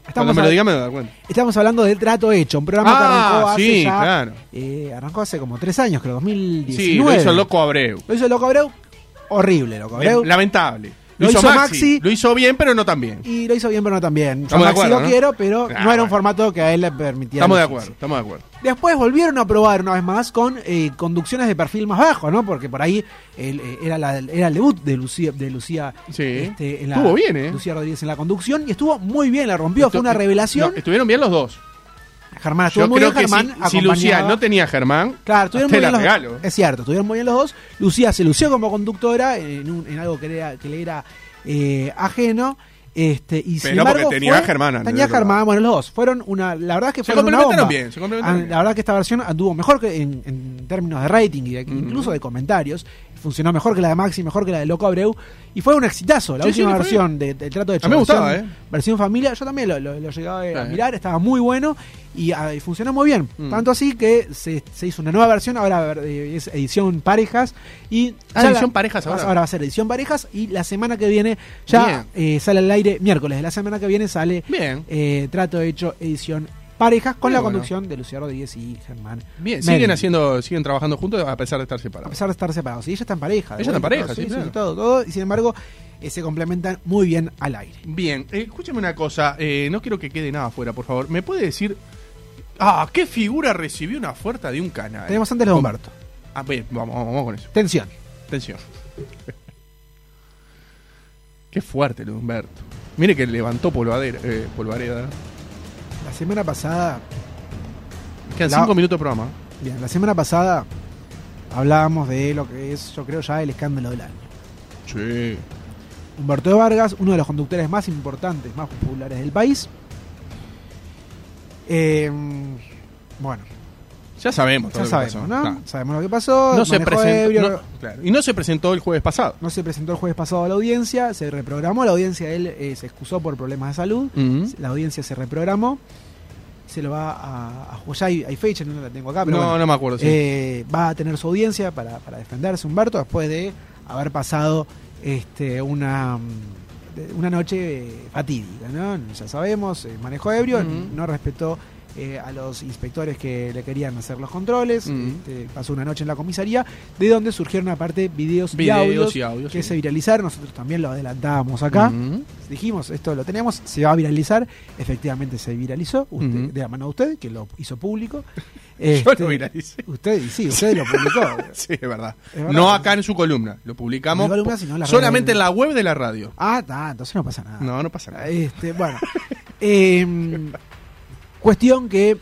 A: Estamos
G: Cuando me
A: a-
G: lo diga me doy cuenta.
A: Estamos hablando del Trato Hecho, un programa
G: Ah,
A: que arrancó hace
G: sí,
A: ya,
G: claro.
A: eh, arrancó hace como tres años, creo,
G: Sí,
A: 2019.
G: lo hizo el loco Abreu.
A: Lo hizo el Loco Abreu. Horrible, Loco Abreu.
G: Lamentable.
A: Lo hizo Maxi.
G: Lo hizo bien, pero no tan bien.
A: Y lo hizo bien, pero no tan bien. Yo
G: Estamos de
A: Maxi
G: acuerdo,
A: lo
G: ¿no?
A: quiero, pero
G: Ah,
A: no era un
G: bueno.
A: formato que a él le permitía.
G: Estamos de
A: lucirse.
G: acuerdo, estamos de acuerdo.
A: Después volvieron a probar una vez más con eh, conducciones de perfil más bajo, ¿no? Porque por ahí el, eh, era, la, era el debut de Lucía. De Lucía
G: Sí.
A: este, en la-
G: Estuvo bien, ¿eh?
A: Lucía Rodríguez en la conducción y estuvo muy bien, la rompió, fue
G: Estu-
A: una revelación.
G: no, estuvieron bien los dos.
A: Germán estuvo
G: Yo
A: muy
G: creo
A: bien,
G: que
A: Germán
G: si, si Lucía
A: acompañaba-
G: no tenía a Germán,
A: Claro, estuvieron
G: te
A: muy
G: la
A: bien los
G: regalo.
A: dos. Es cierto, estuvieron muy bien los dos. Lucía se lució como conductora en, un- en algo que le era, que le era eh, ajeno. Este, y sin
G: Pero porque
A: embargo,
G: tenía
A: fue-
G: a Germán antes
A: Tenía a
G: del programa.
A: Germán, bueno, los dos. Fueron una, la verdad es que
G: Se
A: fueron una bomba.
G: complementaron bien, se complementaron
A: Ah,
G: bien.
A: La verdad que esta versión anduvo mejor que en, en términos de rating y de- incluso de comentarios. Funcionó mejor que la de Maxi, mejor que la de Loco Abreu. Y fue un exitazo. La
G: Sí, sí,
A: última
G: le fue
A: versión de- del trato de
G: A mí me
A: Chocoversión,
G: gustaba, ¿eh?
A: Versión familia, yo también lo, lo- lo llegaba a
G: Claro.
A: mirar, estaba muy bueno y, ah, y funcionó muy bien.
G: Mm.
A: Tanto así que se, se hizo una nueva versión, ahora ver- eh, es edición parejas y...
G: Ah,
A: ya
G: edición parejas ahora.
A: Ahora va a ser edición parejas y la semana que viene ya eh, sale al aire, miércoles de la semana que viene sale
G: Bien.
A: eh, Trato Hecho edición parejas con
G: Muy
A: la
G: bueno.
A: conducción de Lucía Rodríguez y Germán.
G: Bien,
A: Melli.
G: siguen haciendo, siguen trabajando juntos a pesar de estar
A: A
G: separados.
A: pesar de estar separados. Y ella está en pareja. de
G: Ella está en
A: vuelta,
G: pareja,
A: todo,
G: sí,
A: sí,
G: claro.
A: todo, todo, y sin embargo eh, se complementan muy bien al aire.
G: Bien, eh, escúchame una cosa, eh, no quiero que quede nada afuera, por favor. ¿Me puede decir, ah, qué figura recibió una oferta de un canal?
A: Tenemos antes lo de Humberto.
G: Ah, bien, vamos, vamos, vamos con eso.
A: Tensión.
G: Atención. Qué fuerte lo de Humberto. Mire que levantó polvadera, eh, polvareda.
A: La semana pasada
G: Quedan
A: La-
G: cinco minutos de programa.
A: Bien, la semana pasada hablábamos de lo que es, yo creo, ya el escándalo del año.
G: Sí.
A: Humberto de Vargas, uno de los conductores más importantes, más populares del país. Eh, bueno,
G: Ya sabemos.
A: ya
G: todo lo que
A: sabemos,
G: pasó.
A: ¿no?
G: Claro.
A: Sabemos lo que pasó.
G: No se
A: manejó
G: presentó.
A: ebrio,
G: no- claro. Y no se presentó el jueves pasado.
A: no se presentó el jueves pasado a la audiencia, se reprogramó la audiencia, él eh, se excusó por problemas de salud,
G: Ujú.
A: la audiencia se reprogramó, se lo va a, a jugar, ya hay, hay fecha, no la tengo acá, Ah, pero
G: No,
A: bueno.
G: no me acuerdo. sí.
A: Eh, va a tener su audiencia para, para defenderse Humberto después de haber pasado este, una, mm, de- una noche eh, fatídica, ¿no? Ya sabemos, eh, manejo ebrio,
G: Ujú.
A: no respetó eh, a los inspectores que le querían hacer los controles,
G: Ujú.
A: este, pasó una noche en la comisaría, de donde surgieron aparte videos,
G: Videos
A: y audios
G: y audios,
A: que
G: sí.
A: se viralizaron, nosotros también lo adelantábamos acá,
G: Ujú.
A: dijimos, esto lo tenemos, se va a viralizar, efectivamente se viralizó, usted-
G: Ujú.
A: de la mano de usted, que lo hizo público.
G: Yo
A: Este,
G: lo viralicé.
A: Usted, y sí, usted lo publicó.
G: Sí, es verdad.
A: Es verdad.
G: No acá en su columna. Lo publicamos
A: En la columna, sino en la
G: solamente
A: radio.
G: en la web de la radio.
A: ah, está, entonces no pasa nada.
G: No, no pasa nada.
A: Este, bueno. Em, cuestión que eh,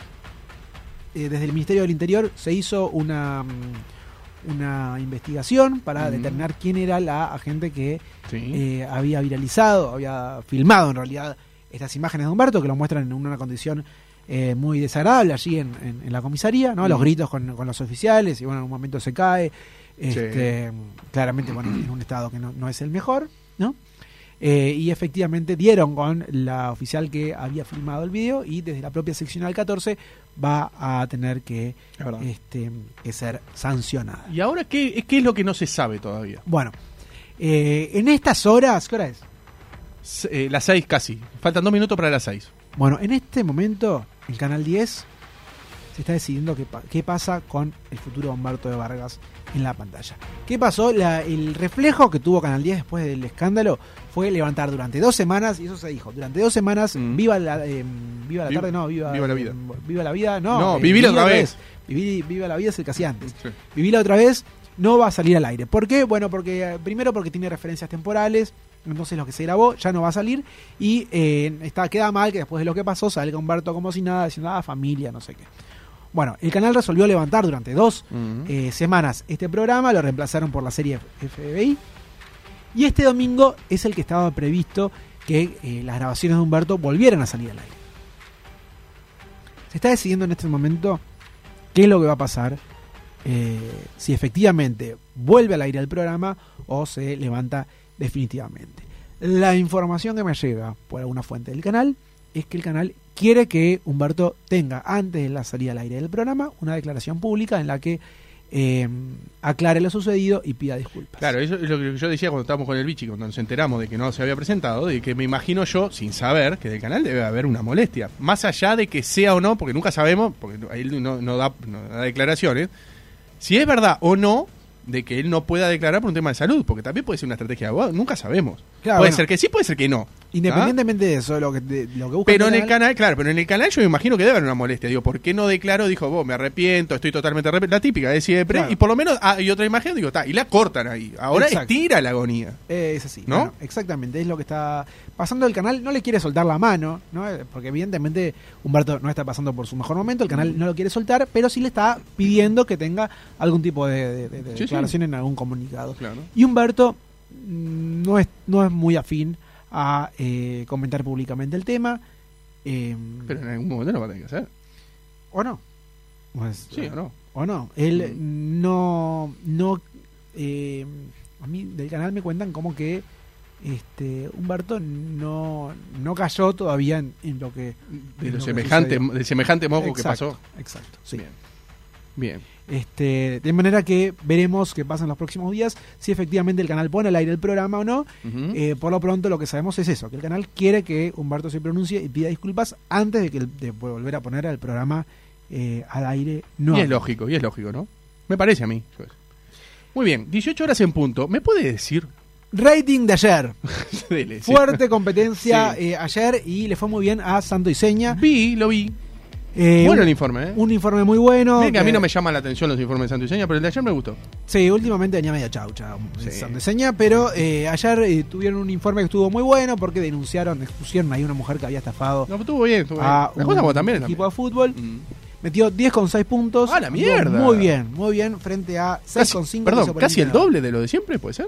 A: desde el Ministerio del Interior se hizo una, mm, una investigación para
G: Mm.
A: determinar quién era la agente que
G: Sí.
A: eh, había viralizado, había filmado en realidad estas imágenes de Humberto, que lo muestran en una condición eh, muy desagradable allí en, en- en la comisaría, ¿no? Los
G: Mm.
A: gritos con, con los oficiales, y bueno, en un momento se cae, este, claramente, bueno, en un estado que no, no es el mejor, ¿no? Eh, y efectivamente dieron con la oficial que había filmado el video y desde la propia seccional 14 va a tener que,
G: Es verdad.
A: este, que ser sancionada.
G: ¿Y ahora qué, qué es lo que no se sabe todavía?
A: Bueno, eh, en estas horas, ¿qué hora es?
G: S- eh, las seis casi. Faltan dos minutos para las seis.
A: Bueno, en este momento, en Canal 10, se está decidiendo qué, pa- qué pasa con el futuro de Humberto de Vargas en la pantalla. ¿Qué pasó? La- el reflejo que tuvo Canal 10 después del escándalo fue levantar durante dos semanas, y eso se dijo, durante dos semanas,
G: Mm.
A: viva la eh, viva la
G: Viva-
A: tarde, no, viva,
G: viva la vida.
A: eh, viva la vida, no.
G: No,
A: eh,
G: vivir otra vez.
A: Vivir- viva la vida es el que hacía antes.
G: Sí.
A: Vivila otra vez no va a salir al aire. ¿Por qué? Bueno, porque eh, primero porque tiene referencias temporales, entonces lo que se grabó ya no va a salir y eh, está, queda mal que después de lo que pasó salga Humberto como si nada, diciendo, ah, familia, no sé qué. Bueno, el canal resolvió levantar durante dos
G: Ujú.
A: eh, semanas este programa, lo reemplazaron por la serie FBI y este domingo es el que estaba previsto que eh, las grabaciones de Humberto volvieran a salir al aire. Se está decidiendo en este momento qué es lo que va a pasar eh, si efectivamente vuelve al aire el programa o se levanta definitivamente. La información que me llega por alguna fuente del canal es que el canal quiere que Humberto tenga antes de la salida al aire del programa una declaración pública en la que eh, aclare lo sucedido y pida disculpas.
G: Claro, eso es lo que yo decía cuando estábamos con el bichi, cuando nos enteramos de que no se había presentado, de que me imagino yo, sin saber, que del canal debe haber una molestia. Más allá de que sea o no, porque nunca sabemos, porque no- él no, no da, no da declaraciones, si es verdad o no de que él no pueda declarar por un tema de salud, porque también puede ser una estrategia de abogado, nunca sabemos.
A: Claro,
G: puede
A: bueno.
G: ser que sí, puede ser que no.
A: Independientemente de eso, lo que, de- lo que busca
G: Pero en el
A: Tegal-
G: canal, claro, pero en el canal yo me imagino que debe haber una molestia. Digo, ¿por qué no declaró? Dijo, vos, me arrepiento, estoy totalmente arrepentido. La típica de siempre.
A: Claro.
G: Y por lo menos hay otra imagen, digo, está, y la cortan ahí. Ahora
A: Exacto.
G: estira la agonía.
A: Eh, es así,
G: ¿No?
A: bueno, exactamente, es lo que está pasando. El canal no le quiere soltar la mano, ¿no? Eh, porque evidentemente Humberto no está pasando por su mejor momento, el canal no lo quiere soltar, pero sí le está pidiendo que tenga algún tipo de, de- de- de
G: Sí, sí.
A: declaración en algún comunicado.
G: Claro.
A: Y Humberto mm, no es, no es muy afín a eh, comentar públicamente el tema. eh,
G: Pero en algún momento lo va a tener que hacer.
A: ¿O no? Pues,
G: Sí, ¿o no?
A: o no. Él
G: Mm.
A: no. no eh, a mí del canal me cuentan como que este Humberto no, no cayó todavía en, en lo que.
G: De
A: lo
G: lo
A: que
G: semejante,
A: sucedió.
G: del semejante moco que
A: Exacto,
G: pasó.
A: Exacto, sí.
G: Bien. Bien.
A: Este, de manera que veremos qué pasa en los próximos días, si efectivamente el canal pone al aire el programa o no.
G: Ujú.
A: Eh, por lo pronto lo que sabemos es eso, que el canal quiere que Humberto se pronuncie y pida disculpas antes de, que, el- de volver a poner al programa eh, al aire. No.
G: Y es lógico, y es lógico, ¿no? Me parece a mí. Muy bien, 18 horas en punto. ¿Me puede decir?
A: Rating de ayer.
G: Dele, sí.
A: Fuerte competencia
G: Sí.
A: eh, ayer y le fue muy bien a Santo y Seña.
G: Vi, lo vi.
A: Eh,
G: bueno
A: un,
G: el informe, ¿eh?
A: un informe muy bueno.
G: Miren que a mí
A: que-
G: no me llaman la atención los informes de Santo y Seña, pero el de ayer me gustó.
A: Sí, últimamente venía medio chaucha
G: Sí.
A: Santo y Seña, pero eh, ayer eh, tuvieron un informe que estuvo muy bueno porque denunciaron, expusieron ahí una mujer que había estafado
G: No, estuvo bien, estuvo bien.
A: a
G: Las
A: Ah, un
G: cosas como también.
A: equipo
G: también.
A: de fútbol.
G: Mm.
A: Metió 10,6 puntos.
G: ¡Ah, la
A: Anduvo
G: mierda!
A: Muy bien, muy bien, frente a
G: Casi,
A: 6,5. que
G: perdón,
A: hizo por
G: casi el
A: Inter.
G: doble de lo de siempre, ¿puede ser?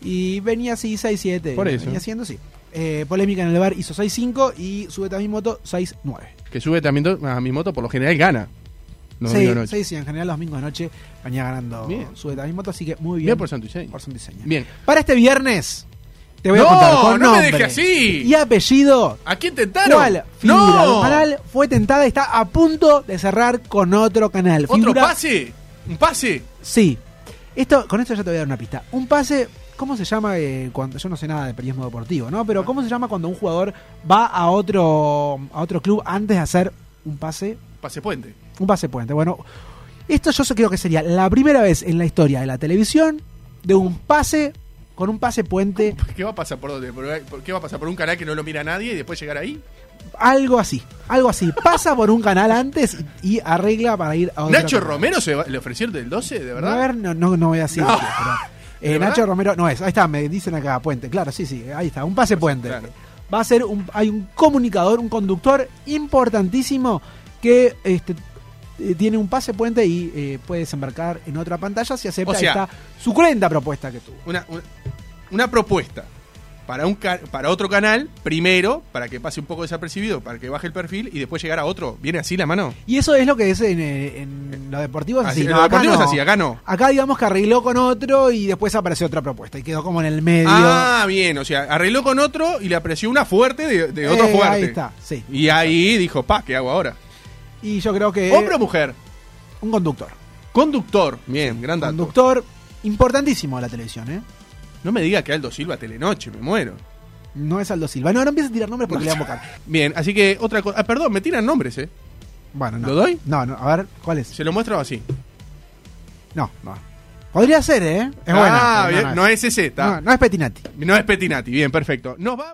A: Y venía así 6-7.
G: Por eso.
A: Venía haciendo, sí. Eh, polémica en el bar hizo 6-5 y sube a mi moto 6-9.
G: Que sube también do- a mi moto, por lo general gana. No
A: sí,
G: digo noche.
A: sí, sí, en general los domingos de noche venía ganando
G: Bien.
A: sube también moto, así que muy bien.
G: Bien por Santo y Seña.
A: por San Diseño.
G: Bien.
A: Para este viernes, te voy
G: No,
A: a contar con
G: no me
A: nombre
G: deje así.
A: y apellido.
G: ¿A quién tentaron?
A: ¿Cuál figura del
G: ¡No!
A: canal fue tentada y está a punto de cerrar con otro canal?
G: ¿Otro
A: Figura-
G: pase? ¿Un pase?
A: Sí. Esto, con esto ya te voy a dar una pista. Un pase, ¿cómo se llama eh, cuando yo no sé nada de periodismo deportivo, ¿no?
G: Ah.
A: Pero ¿cómo se llama cuando un jugador va a otro a otro club antes de hacer un pase?
G: Pase puente.
A: Un pase puente. Bueno, esto yo creo que sería la primera vez en la historia de la televisión de un pase con un pase puente,
G: ¿Qué va a pasar por dónde? ¿Por- por- ¿Qué va a pasar por un canal que no lo mira nadie y después llegar ahí?
A: algo así, algo así. Pasa por un canal antes y, y arregla para ir a otro.
G: ¿Nacho
A: canal.
G: Romero se va- le ofrecieron del 12, de
A: A
G: verdad?
A: ver, no, no, no voy a decir.
G: No.
A: que, pero, eh,
G: ¿De
A: Nacho
G: verdad?
A: Romero no es. Ahí está, me dicen acá, puente. Claro, sí, sí, ahí está, un pase puente.
G: Claro.
A: Va a ser un, hay un comunicador, un conductor importantísimo que este, eh, tiene un pase puente y eh, puede desembarcar en otra pantalla si acepta
G: O sea-
A: esta suculenta propuesta que tuvo.
G: Una, una, una propuesta para, un ca- para otro canal, primero, para que pase un poco desapercibido, para que baje el perfil y después llegar a otro. ¿Viene así la mano?
A: Y eso es lo que es en, eh, en lo deportivo. Es
G: Así,
A: así, Pues ¿no?
G: Ah, en lo
A: Acá
G: deportivo
A: no.
G: es así, acá no.
A: Acá digamos que arregló con otro y después apareció otra propuesta y quedó como en el medio.
G: Ah, bien, o sea, arregló con otro y le apreció una fuerte de, de otro
A: Eh,
G: fuerte.
A: Ahí está, sí.
G: Y ahí dijo, pa, ¿qué hago ahora?
A: Y yo creo que...
G: ¿Hombre o mujer?
A: Un conductor.
G: Conductor. Bien, gran dato.
A: Conductor importantísimo de la televisión, ¿eh?
G: No me diga que Aldo Silva Telenoche, me muero.
A: No es Aldo Silva. No, no empieces a tirar nombres porque le vamos a bocar.
G: Bien, así que otra cosa. Ah, perdón, me tiran nombres, ¿eh?
A: Bueno, no.
G: ¿Lo doy?
A: No, no. A ver, ¿cuál es?
G: Se lo muestro así.
A: No, no. Podría ser, ¿eh? Es
G: ah,
A: buena. pero
G: bien, no,
A: no,
G: es ese, está.
A: no, no es Petinati.
G: No es Petinati, bien, perfecto. Nos va.